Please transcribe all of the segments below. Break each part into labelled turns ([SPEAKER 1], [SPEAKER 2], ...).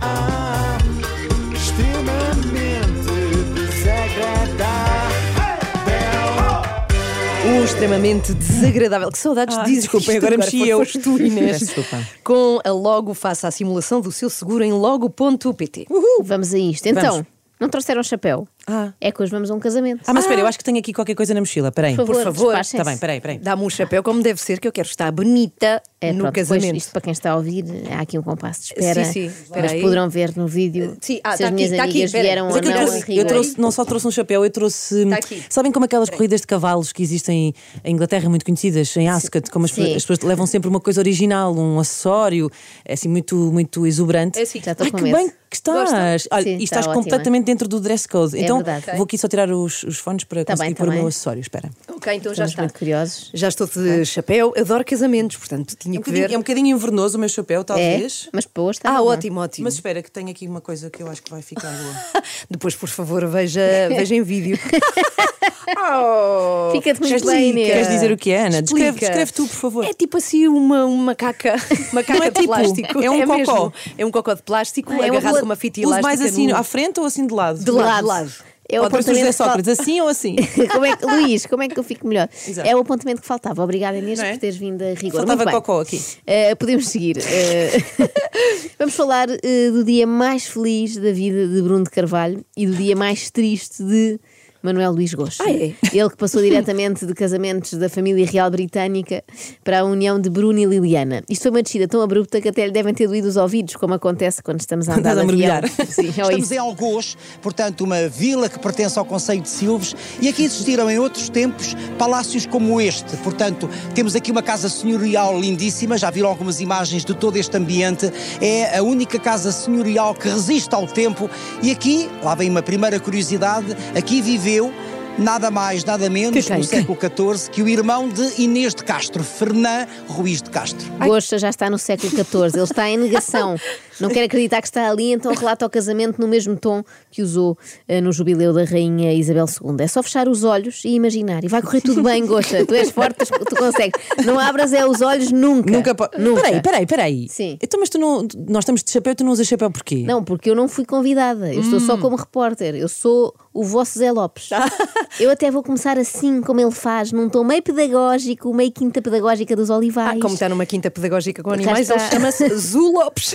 [SPEAKER 1] Ah, extremamente desagradável.
[SPEAKER 2] O extremamente desagradável. Que saudades
[SPEAKER 3] Ai,
[SPEAKER 2] diz, desculpa,
[SPEAKER 3] Ah, desculpem,
[SPEAKER 2] agora
[SPEAKER 3] agora
[SPEAKER 2] mexi
[SPEAKER 3] foste
[SPEAKER 2] eu.
[SPEAKER 3] tu, Inês.
[SPEAKER 2] Inês.
[SPEAKER 3] Desculpa.
[SPEAKER 2] Com a Logo, faça a simulação do seu seguro em logo.pt.
[SPEAKER 4] Vamos a isto. Então,
[SPEAKER 3] Vamos.
[SPEAKER 4] não trouxeram chapéu.
[SPEAKER 3] Ah.
[SPEAKER 4] É que hoje vamos a um casamento.
[SPEAKER 3] Ah, mas espera, eu acho que tenho aqui qualquer coisa na mochila. Peraí.
[SPEAKER 4] Por favor, despachem-se.
[SPEAKER 3] Está bem, peraí, peraí.
[SPEAKER 2] Dá-me um chapéu como deve ser, que eu quero estar bonita
[SPEAKER 4] É,
[SPEAKER 2] no
[SPEAKER 4] pronto, depois,
[SPEAKER 2] casamento.
[SPEAKER 4] isto para quem está a ouvir, há aqui um compasso de espera.
[SPEAKER 2] Sim, sim, espera
[SPEAKER 4] mas
[SPEAKER 2] aí.
[SPEAKER 4] poderão ver no vídeo
[SPEAKER 2] Sim, ah,
[SPEAKER 4] se
[SPEAKER 2] tá
[SPEAKER 4] as minhas
[SPEAKER 2] aqui, tá aqui,
[SPEAKER 4] amigas
[SPEAKER 2] espera.
[SPEAKER 4] vieram
[SPEAKER 2] Mas
[SPEAKER 4] ou
[SPEAKER 2] é que
[SPEAKER 4] não.
[SPEAKER 3] eu
[SPEAKER 2] Não,
[SPEAKER 3] trouxe,
[SPEAKER 4] em
[SPEAKER 3] eu
[SPEAKER 4] rigor.
[SPEAKER 3] trouxe- não só trouxe um chapéu, eu trouxe.
[SPEAKER 2] Tá aqui.
[SPEAKER 3] Sabem como aquelas corridas de cavalos que existem em Inglaterra, muito conhecidas, em Ascot, como as,
[SPEAKER 4] Sim.
[SPEAKER 3] pe- as pessoas levam sempre uma coisa original, um acessório, assim, muito, muito exuberante.
[SPEAKER 2] É assim.
[SPEAKER 4] Já estou
[SPEAKER 3] Ai,
[SPEAKER 4] com
[SPEAKER 3] que
[SPEAKER 4] medo.
[SPEAKER 3] bem que estás! Olha,
[SPEAKER 4] Sim,
[SPEAKER 3] e
[SPEAKER 4] está
[SPEAKER 3] estás
[SPEAKER 4] ótima. É
[SPEAKER 3] completamente dentro do dress code. então,
[SPEAKER 4] verdade.
[SPEAKER 3] vou aqui só tirar os, os fones para
[SPEAKER 4] Tá
[SPEAKER 3] conseguir
[SPEAKER 4] bem, tá
[SPEAKER 3] pôr o meu
[SPEAKER 4] bem.
[SPEAKER 3] acessório. Espera. É
[SPEAKER 2] Ok, então já
[SPEAKER 4] Estamos
[SPEAKER 2] está.
[SPEAKER 4] muito curiosos.
[SPEAKER 2] Já estou de chapéu, adoro casamentos, portanto tinha
[SPEAKER 3] É um
[SPEAKER 2] que
[SPEAKER 3] bocadinho,
[SPEAKER 2] ver.
[SPEAKER 3] é um bocadinho invernoso o meu chapéu,
[SPEAKER 4] É,
[SPEAKER 3] talvez.
[SPEAKER 4] mas para hoje está
[SPEAKER 2] Ah,
[SPEAKER 4] bom.
[SPEAKER 2] ótimo, ótimo.
[SPEAKER 3] Mas espera, que tenho aqui uma coisa que eu acho que vai ficar boa.
[SPEAKER 2] Depois, por favor, veja, veja em vídeo.
[SPEAKER 4] Fica-te muito
[SPEAKER 2] Explica.
[SPEAKER 4] bem, Inês.
[SPEAKER 3] Queres dizer o que é, Ana? Descreve-
[SPEAKER 2] Explica.
[SPEAKER 3] descreve tu, por favor.
[SPEAKER 2] É tipo assim uma, uma caca, uma caca
[SPEAKER 3] é
[SPEAKER 2] de
[SPEAKER 3] tipo,
[SPEAKER 2] plástico.
[SPEAKER 3] é um cocó.
[SPEAKER 2] mesmo. É um cocó de plástico
[SPEAKER 4] Ah, é uma
[SPEAKER 2] agarrado
[SPEAKER 4] bola-
[SPEAKER 2] com uma fita
[SPEAKER 3] Pus
[SPEAKER 2] elástica.
[SPEAKER 3] mais assim
[SPEAKER 2] no-
[SPEAKER 3] à frente ou assim de lado?
[SPEAKER 2] De lado, de lado.
[SPEAKER 4] É o
[SPEAKER 3] Ou depois do
[SPEAKER 4] apontamento
[SPEAKER 3] José
[SPEAKER 4] que fal-
[SPEAKER 3] Sócrates, assim ou assim?
[SPEAKER 4] como é que, Luís, como é que eu fico melhor?
[SPEAKER 3] Exato.
[SPEAKER 4] É o apontamento que faltava. Obrigada, Inês,
[SPEAKER 3] Não é?
[SPEAKER 4] por teres vindo a rigor.
[SPEAKER 3] Faltava
[SPEAKER 4] Muito bem.
[SPEAKER 3] cocó aqui.
[SPEAKER 4] Eh, podemos seguir. Eh, vamos falar eh, do dia mais feliz da vida de Bruno de Carvalho e do dia mais triste de Manuel Luís Gosto.
[SPEAKER 2] Ah, é?
[SPEAKER 4] Ele que passou diretamente de casamentos da família real britânica para a união de Bruno e Liliana. Isto foi uma descida tão abrupta que até lhe devem ter doído os ouvidos, como acontece quando estamos a andar
[SPEAKER 3] Estás a
[SPEAKER 4] de avião.
[SPEAKER 3] mergulhar.
[SPEAKER 4] Sim, ou
[SPEAKER 5] Estamos
[SPEAKER 4] isso.
[SPEAKER 5] em Algoz, portanto, uma vila que pertence ao Conselho de Silves, e aqui existiram em outros tempos palácios como este. Portanto, temos aqui uma casa senhorial lindíssima, já viram algumas imagens de todo este ambiente. É a única casa senhorial que resiste ao tempo, e aqui, lá vem uma primeira curiosidade, aqui viveu. Nada mais, nada menos,
[SPEAKER 2] quem?
[SPEAKER 5] no século XIV, que o irmão de Inês de Castro, Fernã Ruiz de Castro.
[SPEAKER 4] Gosta já está no século XIV, ele está em negação. Não quer acreditar que está ali, então relata o casamento no mesmo tom que usou eh, no jubileu da Rainha Isabel II. É só fechar os olhos e imaginar. E vai correr tudo bem, Gosta. Tu és forte, tu tu consegues. Não abras é os olhos nunca.
[SPEAKER 3] Nunca pode.
[SPEAKER 4] Nunca.
[SPEAKER 3] Peraí, peraí, peraí.
[SPEAKER 4] Sim.
[SPEAKER 3] Então, mas tu não. Nós estamos de chapéu, tu não usas chapéu porquê?
[SPEAKER 4] Não, porque eu não fui convidada. Eu estou
[SPEAKER 3] Hum.
[SPEAKER 4] só como repórter. Eu sou o vosso Zé Lopes. eu até vou começar assim, como ele faz, num tom meio pedagógico, meio quinta pedagógica dos olivais.
[SPEAKER 2] Ah, como está numa quinta pedagógica com animais,
[SPEAKER 4] está.
[SPEAKER 2] ele chama-se Zulopes.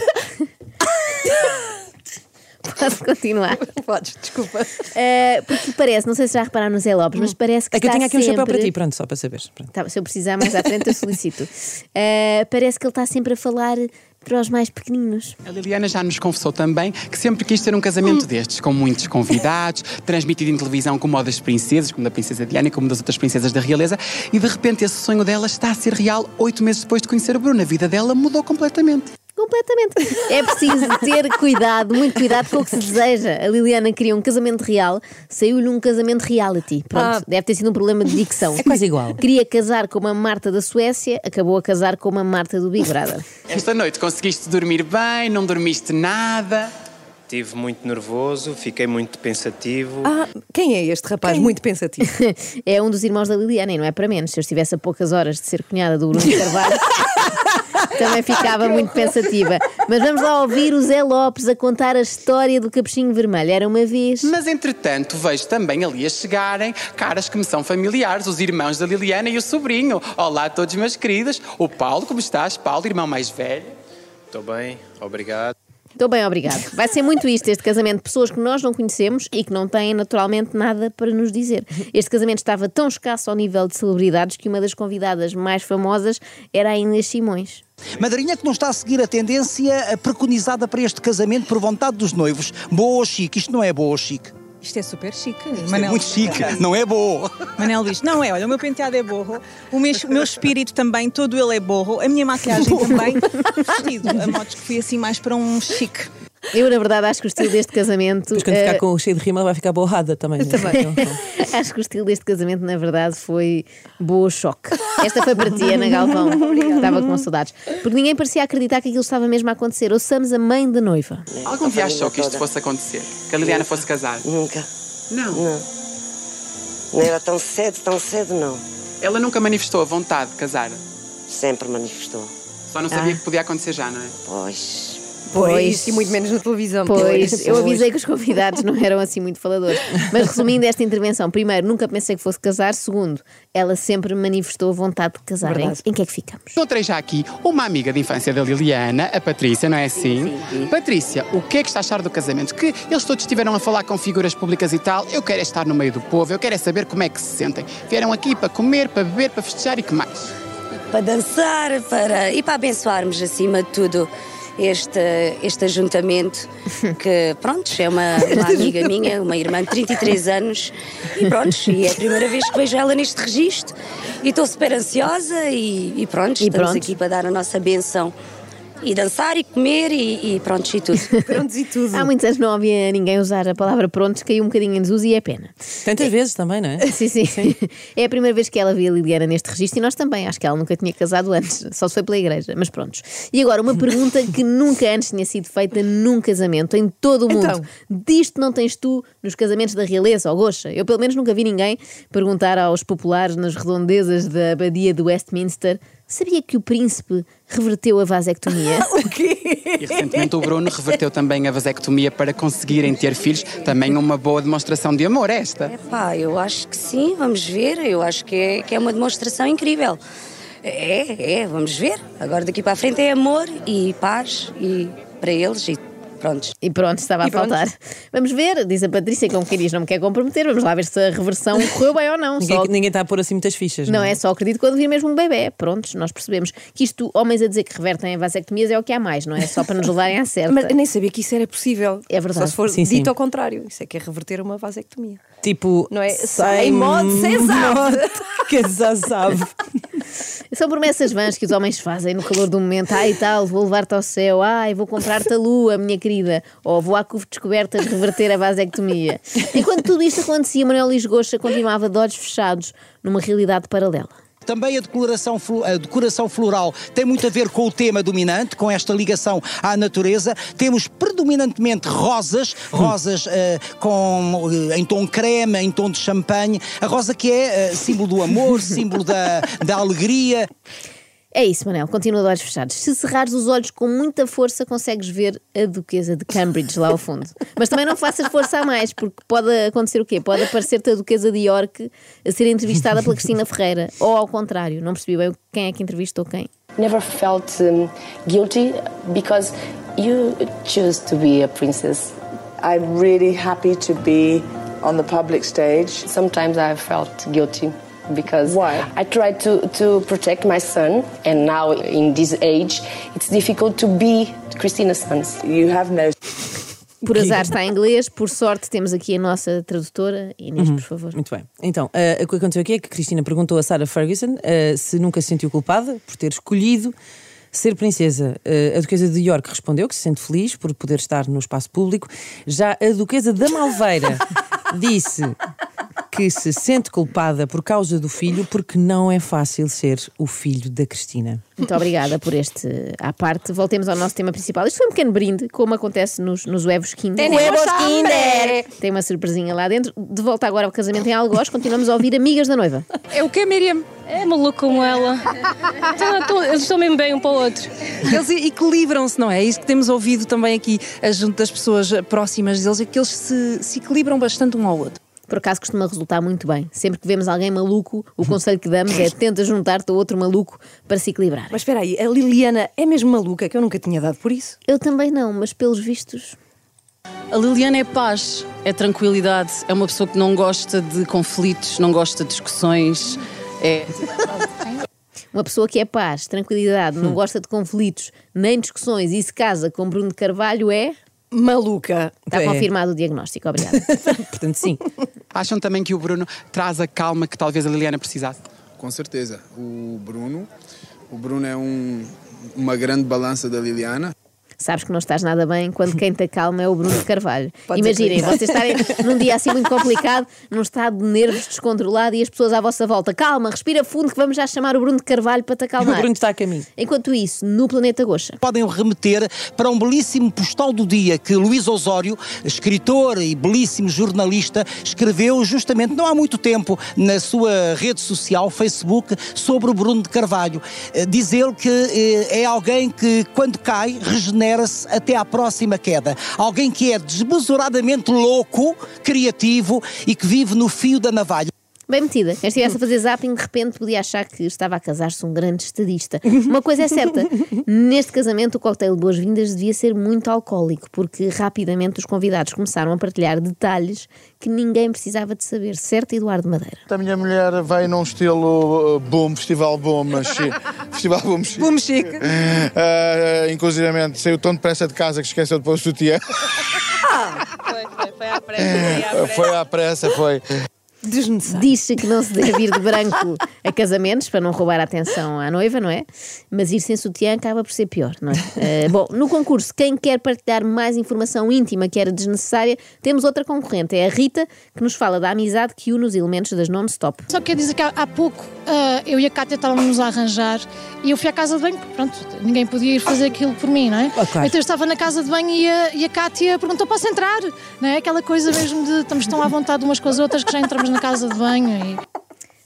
[SPEAKER 4] Posso continuar?
[SPEAKER 2] Podes, desculpa.
[SPEAKER 4] Uh, porque parece, não sei se já repararam no Zé Lopes, mas parece que.
[SPEAKER 3] é que eu
[SPEAKER 4] está
[SPEAKER 3] tenho aqui um
[SPEAKER 4] sempre...
[SPEAKER 3] chapéu para ti, pronto, só para saberes. Pronto.
[SPEAKER 4] Tá, se eu precisar mais à frente, eu solicito. Uh, parece que ele está sempre a falar para os mais pequeninos.
[SPEAKER 6] A Liliana já nos confessou também que sempre quis ter um casamento destes, com muitos convidados, transmitido em televisão como o das princesas, como da princesa Diana e como das outras princesas da realeza, e de repente esse sonho dela está a ser real oito meses depois de conhecer o Bruno. A vida dela mudou completamente.
[SPEAKER 4] Completamente. É preciso ter cuidado, muito cuidado com o que se deseja. A Liliana queria um casamento real, saiu-lhe um casamento reality. Pronto,
[SPEAKER 2] Ah.
[SPEAKER 4] deve ter sido um problema de dicção.
[SPEAKER 3] É quase igual.
[SPEAKER 4] Queria casar com uma Marta da Suécia, acabou a casar com uma Marta do Big Brother.
[SPEAKER 6] Esta noite conseguiste dormir bem, não dormiste nada.
[SPEAKER 7] Estive muito nervoso, fiquei muito pensativo.
[SPEAKER 2] Ah, quem é este rapaz? Muito pensativo.
[SPEAKER 4] é um dos irmãos da Liliana e não é para menos. Se eu estivesse a poucas horas de ser cunhada do Bruno Carvalho, também ficava muito pensativa. Mas vamos lá ouvir o Zé Lopes a contar a história do Capuchinho Vermelho. Era uma vez.
[SPEAKER 6] Mas entretanto vejo também ali a chegarem caras que me são familiares, os irmãos da Liliana e o sobrinho. Olá a todos, meus queridos. O Paulo, como estás? Paulo, irmão mais velho.
[SPEAKER 7] Estou bem, obrigado.
[SPEAKER 4] Estou bem, obrigado. Vai ser muito isto, este casamento. Pessoas que nós não conhecemos e que não têm naturalmente nada para nos dizer. Este casamento estava tão escasso ao nível de celebridades que uma das convidadas mais famosas era a Inês Simões.
[SPEAKER 5] Madrinha que não está a seguir a tendência eh, preconizada para este casamento por vontade dos noivos. Boa ou chique? Isto não é boa ou chique.
[SPEAKER 8] Isto é super chique,
[SPEAKER 5] Isto é
[SPEAKER 8] Manel.
[SPEAKER 5] muito chique, não é boa.
[SPEAKER 8] Manel diz: Não é, olha, o meu penteado é borro, o meu, o meu espírito também, todo ele é borro, a minha maquiagem também. Vestido a modos que fui assim mais para um chique.
[SPEAKER 4] Eu, na verdade, acho que o estilo deste casamento.
[SPEAKER 3] Depois, quando
[SPEAKER 4] eh,
[SPEAKER 3] ficar com, cheio de rima, ela vai ficar borrada também. é? Então, Também.
[SPEAKER 4] Acho que o estilo deste casamento, na verdade, foi boa choque. Esta foi para ti, Ana Galvão. Estava com saudades. Porque ninguém parecia acreditar que aquilo estava mesmo a acontecer. Ouçamos a mãe da noiva.
[SPEAKER 6] Algum dia achou que isto fosse acontecer? Que a Liliana fosse casar?
[SPEAKER 9] Nunca.
[SPEAKER 6] Não.
[SPEAKER 9] Não era tão cedo, tão cedo não.
[SPEAKER 6] Ela nunca manifestou a vontade de casar.
[SPEAKER 9] Sempre manifestou. Ah.
[SPEAKER 6] Só não sabia que podia acontecer já, não é?
[SPEAKER 9] Pois.
[SPEAKER 2] Pois, e muito menos na televisão.
[SPEAKER 4] Pois, eu avisei que os convidados não eram assim muito faladores. Mas resumindo esta intervenção, primeiro, nunca pensei que fosse casar. Segundo, ela sempre manifestou vontade de casar. Em, em que é que ficamos?
[SPEAKER 6] Encontrei já aqui uma amiga de infância da Liliana, a Patrícia, não é assim? Patrícia, o que é que está a achar do casamento? Que eles todos estiveram a falar com figuras públicas e tal. Eu quero é estar no meio do povo, eu quero é saber como é que se sentem. Vieram aqui para comer, para beber, para festejar e que mais?
[SPEAKER 10] para dançar para, e para abençoarmos acima de tudo este, este ajuntamento que, pronto, é uma, uma amiga minha, uma irmã de 33 anos e pronto, e é a primeira vez que vejo ela neste registro e estou super ansiosa e, e pronto,
[SPEAKER 4] E
[SPEAKER 10] estamos
[SPEAKER 4] pronto.
[SPEAKER 10] aqui para dar a nossa benção e dançar e comer e, e pronto, e tudo.
[SPEAKER 2] Prontos e tudo.
[SPEAKER 4] Há muitos anos não havia ninguém usar a palavra prontos, caiu um bocadinho em desuso e é pena.
[SPEAKER 3] Tantas vezes também, não é?
[SPEAKER 4] Sim, sim. É a primeira vez que ela vê a Liliana neste registro e nós também. Acho que ela nunca tinha casado antes, só se foi pela igreja, mas prontos. E agora, uma pergunta que nunca antes tinha sido feita num casamento, em todo o mundo.
[SPEAKER 2] Então?
[SPEAKER 4] Disto não tens tu nos casamentos da realeza ou goxa? Eu, pelo menos, nunca vi ninguém perguntar aos populares nas redondezas da abadia de Westminster. Sabia que o príncipe reverteu a vasectomia?
[SPEAKER 6] E recentemente o Bruno reverteu também a vasectomia para conseguirem ter filhos. Também uma boa demonstração de amor esta.
[SPEAKER 10] Epá, eu acho que sim, vamos ver. Eu acho que é, que é uma demonstração incrível. É, é, vamos ver. Agora daqui para a frente é amor e paz e para eles e prontos.
[SPEAKER 4] E pronto, estava a faltar. Vamos ver, diz a Patrícia, como quem diz, não me quer comprometer, vamos lá ver se a reversão correu bem ou não. Só-
[SPEAKER 3] Ninguém, ninguém está a pôr assim muitas fichas.
[SPEAKER 4] Não é só acredito quando vir mesmo um bebê. Prontos, nós percebemos que isto, homens a dizer que revertem a vasectomias, é o que há mais, não é? Só para nos levarem à certa.
[SPEAKER 2] Mas eu nem sabia que isso era possível.
[SPEAKER 4] É verdade.
[SPEAKER 2] Só se for
[SPEAKER 3] Sim,
[SPEAKER 2] dito
[SPEAKER 3] sim.
[SPEAKER 2] ao contrário. Isso é que é reverter uma vasectomia.
[SPEAKER 3] Tipo,
[SPEAKER 2] Não é?
[SPEAKER 3] sai
[SPEAKER 2] Sem modo, sem sabe.
[SPEAKER 3] modo que já sabe.
[SPEAKER 4] São promessas vãs que os homens fazem no calor do momento. Ai tal, vou levar-te ao céu. Ai, vou comprar-te a lua, minha querida. Ou vou à cuve de descobertas reverter a vasectomia. Enquanto tudo isto acontecia, Manuel Lisgocha continuava de olhos fechados numa realidade paralela.
[SPEAKER 5] Também a decoração, flu- a decoração floral tem muito a ver com o tema dominante, com esta ligação à natureza. Temos predominantemente rosas, rosas eh, com, eh, em tom creme, em tom de champanhe. A rosa que é eh, símbolo do amor, símbolo da, da alegria.
[SPEAKER 4] É isso, Manel, continua de olhos fechados. Se cerrares os olhos com muita força, consegues ver a Duquesa de Cambridge lá ao fundo. Mas também não faças força a mais, porque pode acontecer o quê? Pode aparecer-te a Duquesa de York a ser entrevistada pela Cristina Ferreira. Ou ao contrário, não percebi bem quem é que entrevistou quem.
[SPEAKER 10] Never felt um, guilty because you choose to be a princess. I'm really happy to be on the public stage. Sometimes I felt guilty because
[SPEAKER 9] Why?
[SPEAKER 10] I tried to, to protect my son, and now in this age, it's difficult to be Christina's son. You have no
[SPEAKER 4] Por azar está em inglês, por sorte temos aqui a nossa tradutora. Inês, por favor.
[SPEAKER 3] Muito bem. Então, ah, o que aconteceu aqui é que a Cristina perguntou a Sarah Ferguson ah, se nunca se sentiu culpada por ter escolhido ser princesa. Ah, a Duquesa de York respondeu que se sente feliz por poder estar no espaço público. Já a Duquesa da Malveira disse que se sente culpada por causa do filho porque não é fácil ser o filho da Cristina.
[SPEAKER 4] Muito obrigada por este à parte. Voltemos ao nosso tema principal. Isto foi um pequeno brinde, como acontece nos, nos Huevos Kinder.
[SPEAKER 9] Huevos Kinder!
[SPEAKER 4] Tem uma surpresinha lá dentro. De volta agora ao casamento em Algoz, continuamos a ouvir Amigas da Noiva.
[SPEAKER 8] É o que, Miriam?
[SPEAKER 10] É maluco como ela. Então, eles estão mesmo bem um para o outro.
[SPEAKER 8] Eles equilibram-se, não é? É isso que temos ouvido também aqui, a junto das pessoas próximas deles, é que eles se, se equilibram bastante um ao outro.
[SPEAKER 4] Por acaso costuma resultar muito bem. Sempre que vemos alguém maluco, o conselho que damos é tenta juntar-te a outro maluco para se equilibrar.
[SPEAKER 2] Mas espera aí, a Liliana é mesmo maluca, que eu nunca tinha dado por isso.
[SPEAKER 4] Eu também não, mas pelos vistos.
[SPEAKER 10] A Liliana é paz, é tranquilidade, é uma pessoa que não gosta de conflitos, não gosta de discussões. É,
[SPEAKER 4] Uma pessoa que é paz, tranquilidade, não gosta de conflitos, nem discussões e se casa com Bruno de Carvalho é.
[SPEAKER 2] Maluca.
[SPEAKER 4] Está
[SPEAKER 3] É.
[SPEAKER 4] confirmado o diagnóstico, obrigada.
[SPEAKER 3] Portanto, sim.
[SPEAKER 6] Acham também que o Bruno traz a calma que talvez a Liliana precisasse?
[SPEAKER 1] Com certeza. O Bruno. O Bruno é um, uma grande balança da Liliana.
[SPEAKER 4] sabes que não estás nada bem quando quem te acalma é o Bruno de Carvalho.
[SPEAKER 11] Podes
[SPEAKER 4] Imaginem,
[SPEAKER 11] acreditar.
[SPEAKER 4] vocês estarem num dia assim muito complicado, num estado de nervos descontrolado e as pessoas à vossa volta. Calma, respira fundo que vamos já chamar o Bruno de Carvalho para te acalmar.
[SPEAKER 5] O Bruno
[SPEAKER 3] está a caminho.
[SPEAKER 4] Enquanto isso, no Planeta Goxa.
[SPEAKER 5] podem remeter para um belíssimo postal do dia que Luís Osório, escritor e belíssimo jornalista, escreveu justamente não há muito tempo na sua rede social, Facebook, sobre o Bruno de Carvalho. Eh, Diz ele que eh, é alguém que, quando cai, regenera-se até à próxima queda. Alguém que é desmesuradamente louco, criativo e que vive no fio da navalha.
[SPEAKER 4] Bem metida. Quem estivesse a fazer zapping, de repente podia achar que estava a casar-se um grande estadista. Uma coisa é certa: neste casamento, o cocktail de boas-vindas devia ser muito alcoólico, porque rapidamente os convidados começaram a partilhar detalhes que ninguém precisava de saber. Certo, Eduardo Madeira?
[SPEAKER 12] A minha mulher vai num estilo uh, boom, festival boom, mas chi- festival boom chique.
[SPEAKER 8] Boom chique.
[SPEAKER 12] Uh, Tipo, inclusivamente, saiu tão depressa de casa que esqueceu depois do sutiã.
[SPEAKER 2] Ah,
[SPEAKER 12] É, Foi à pressa, foi.
[SPEAKER 4] Desnecessário. Diz-se que não se deve ir de branco a casamentos para não roubar a atenção à noiva, não é? Mas ir sem sutiã acaba por ser pior, não é? Eh, bom, no concurso, quem quer partilhar mais informação íntima que era desnecessária, temos outra concorrente, é a Rita, que nos fala da amizade que une os elementos das non-stop.
[SPEAKER 13] Só quer dizer que há, há pouco ah, eu e a Cátia estávamos a arranjar e eu fui à casa de banho, porque pronto, ninguém podia ir fazer aquilo por mim, não é?
[SPEAKER 2] Ah,
[SPEAKER 3] claro.
[SPEAKER 13] Então eu estava na casa de banho e a, e a Cátia perguntou: posso entrar? Não é? Aquela coisa mesmo de estamos tão à vontade umas com as outras que já entramos na casa de banho e.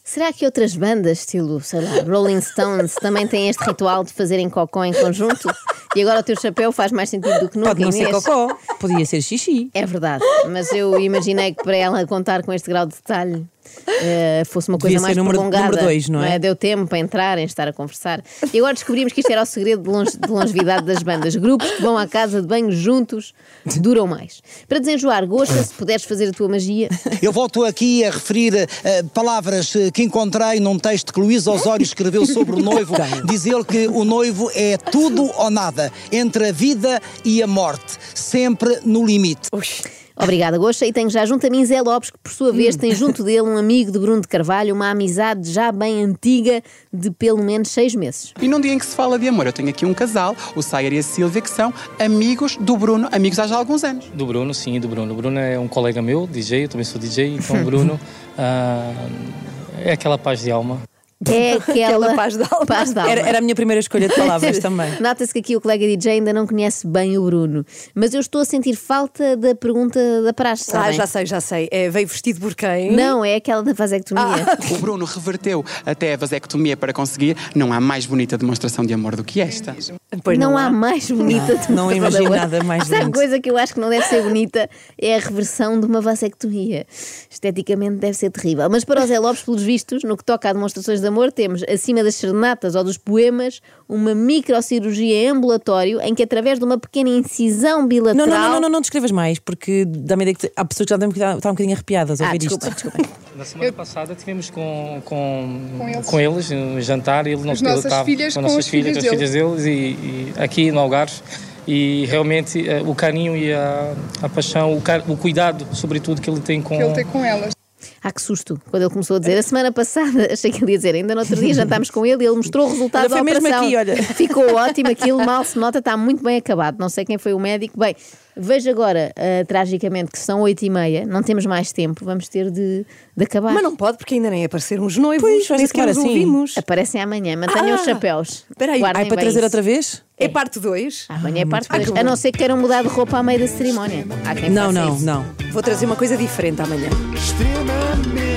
[SPEAKER 4] Será que outras bandas, estilo, sei lá, Rolling Stones, também têm este ritual de fazerem cocó em conjunto? E agora o teu chapéu faz mais sentido do que nunca.
[SPEAKER 3] Pode não ser
[SPEAKER 4] Inês.
[SPEAKER 3] cocó, podia ser xixi.
[SPEAKER 4] É verdade, mas eu imaginei que para ela contar com este grau de detalhe eh, fosse uma coisa
[SPEAKER 3] Devia ser
[SPEAKER 4] mais
[SPEAKER 3] número-
[SPEAKER 4] prolongada.
[SPEAKER 3] número dois, não é?
[SPEAKER 4] Deu tempo para entrarem, estar a conversar. E agora descobrimos que isto era o segredo de, longe- de longevidade das bandas. Grupos que vão à casa de banho juntos duram mais. Para desenjoar, gosta se puderes fazer a tua magia.
[SPEAKER 5] Eu volto aqui a referir eh, palavras eh, que encontrei num texto que Luís Osório escreveu sobre o noivo. Diz ele que o noivo é tudo ou nada, entre a vida e a morte, sempre no limite.
[SPEAKER 4] Obrigada, Gosta. E tenho já junto a mim Zé Lopes, que por sua vez tem junto dele um amigo de Bruno de Carvalho, uma amizade já bem antiga de pelo menos seis meses.
[SPEAKER 6] E num dia em que se fala de amor, eu tenho aqui um casal, o Sayer e a Silvia, que são amigos do Bruno, amigos há já alguns anos.
[SPEAKER 14] Do Bruno, sim, do Bruno. O Bruno é um colega meu, DJ, eu também sou DJ, então o Bruno ah, é aquela paz de alma.
[SPEAKER 4] É aquela,
[SPEAKER 3] Aquela paz de alma.
[SPEAKER 4] paz de
[SPEAKER 2] Tá
[SPEAKER 4] alma.
[SPEAKER 3] Era- era a minha primeira escolha de palavras também.
[SPEAKER 4] Nota-se que aqui o colega DJ ainda não conhece bem o Bruno, mas eu estou a sentir falta da pergunta da praxe.
[SPEAKER 3] Tá
[SPEAKER 2] Ah,
[SPEAKER 4] sabem?
[SPEAKER 2] já sei, já sei. É, veio vestido por quem?
[SPEAKER 4] Não, é aquela da vasectomia.
[SPEAKER 2] Ah,
[SPEAKER 6] O Bruno reverteu até a vasectomia para conseguir. Não há mais bonita demonstração de amor do que esta.
[SPEAKER 4] não,
[SPEAKER 2] é.
[SPEAKER 4] há. mais
[SPEAKER 2] Ah,
[SPEAKER 4] bonita do que
[SPEAKER 6] não
[SPEAKER 4] a
[SPEAKER 6] imagino
[SPEAKER 4] Badalona.
[SPEAKER 6] nada mais
[SPEAKER 4] Sabe
[SPEAKER 6] bonito.
[SPEAKER 4] coisa que eu acho que não deve ser bonita é a reversão de uma vasectomia. Esteticamente deve ser terrível. Mas para o Zé Lopes, pelos vistos, no que toca a demonstrações de amor, temos, acima das serenatas ou dos poemas, uma microcirurgia em ambulatório em que, através de uma pequena incisão bilateral.
[SPEAKER 3] Não, não, não, não, não, não descrevas mais, porque dá-me a ideia que há pessoas que já devem estar estar um bocadinho arrepiadas a
[SPEAKER 14] Ah,
[SPEAKER 3] ouvir
[SPEAKER 14] desculpa,
[SPEAKER 3] isto.
[SPEAKER 14] Na semana passada tivemos com, com,
[SPEAKER 15] Com
[SPEAKER 14] com,
[SPEAKER 15] eles.
[SPEAKER 14] eles. um jantar e ele não
[SPEAKER 15] As
[SPEAKER 14] ele
[SPEAKER 15] nossas
[SPEAKER 14] estava
[SPEAKER 15] filhas
[SPEAKER 14] com
[SPEAKER 15] com
[SPEAKER 14] as nossas
[SPEAKER 15] os
[SPEAKER 14] filhas,
[SPEAKER 15] filhos
[SPEAKER 14] com as filhas deles e, e aqui no Algarve. E realmente eh, o carinho e a, a paixão, o, car- o cuidado, sobretudo, que ele tem com,
[SPEAKER 4] com elas. Ah, que susto! Quando ele começou a dizer, a semana passada, achei que ele ia dizer, ainda no outro dia jantámos com ele e ele mostrou o resultado
[SPEAKER 3] Olha, foi
[SPEAKER 4] da
[SPEAKER 3] mesmo
[SPEAKER 4] operação.
[SPEAKER 3] aqui, olha.
[SPEAKER 4] Ficou ótimo aquilo, mal se nota, está muito bem acabado. Não sei quem foi o médico. Bem, vejo agora, ah, tragicamente, que são 8 e meia, não temos mais tempo, vamos ter de, de acabar.
[SPEAKER 2] Mas não pode, porque ainda nem apareceram os noivos,
[SPEAKER 4] Pois,
[SPEAKER 2] nem
[SPEAKER 4] olha,
[SPEAKER 2] sequer
[SPEAKER 4] claro,
[SPEAKER 2] os
[SPEAKER 4] sim.
[SPEAKER 2] ouvimos.
[SPEAKER 4] Aparecem amanhã, mantenham
[SPEAKER 2] Ah,
[SPEAKER 4] os chapéus.
[SPEAKER 2] Espera aí,
[SPEAKER 4] Guardem
[SPEAKER 2] ai, para
[SPEAKER 4] bem
[SPEAKER 2] trazer
[SPEAKER 4] isso.
[SPEAKER 2] outra Ah, vez? É, parte 2.
[SPEAKER 4] Amanhã é parte dois, a não ser que queiram mudar de roupa à meio da cerimónia. Há quem
[SPEAKER 2] Não,
[SPEAKER 4] faça
[SPEAKER 2] não,
[SPEAKER 4] isso.
[SPEAKER 2] não. Vou trazer uma coisa diferente amanhã.
[SPEAKER 1] extremamente.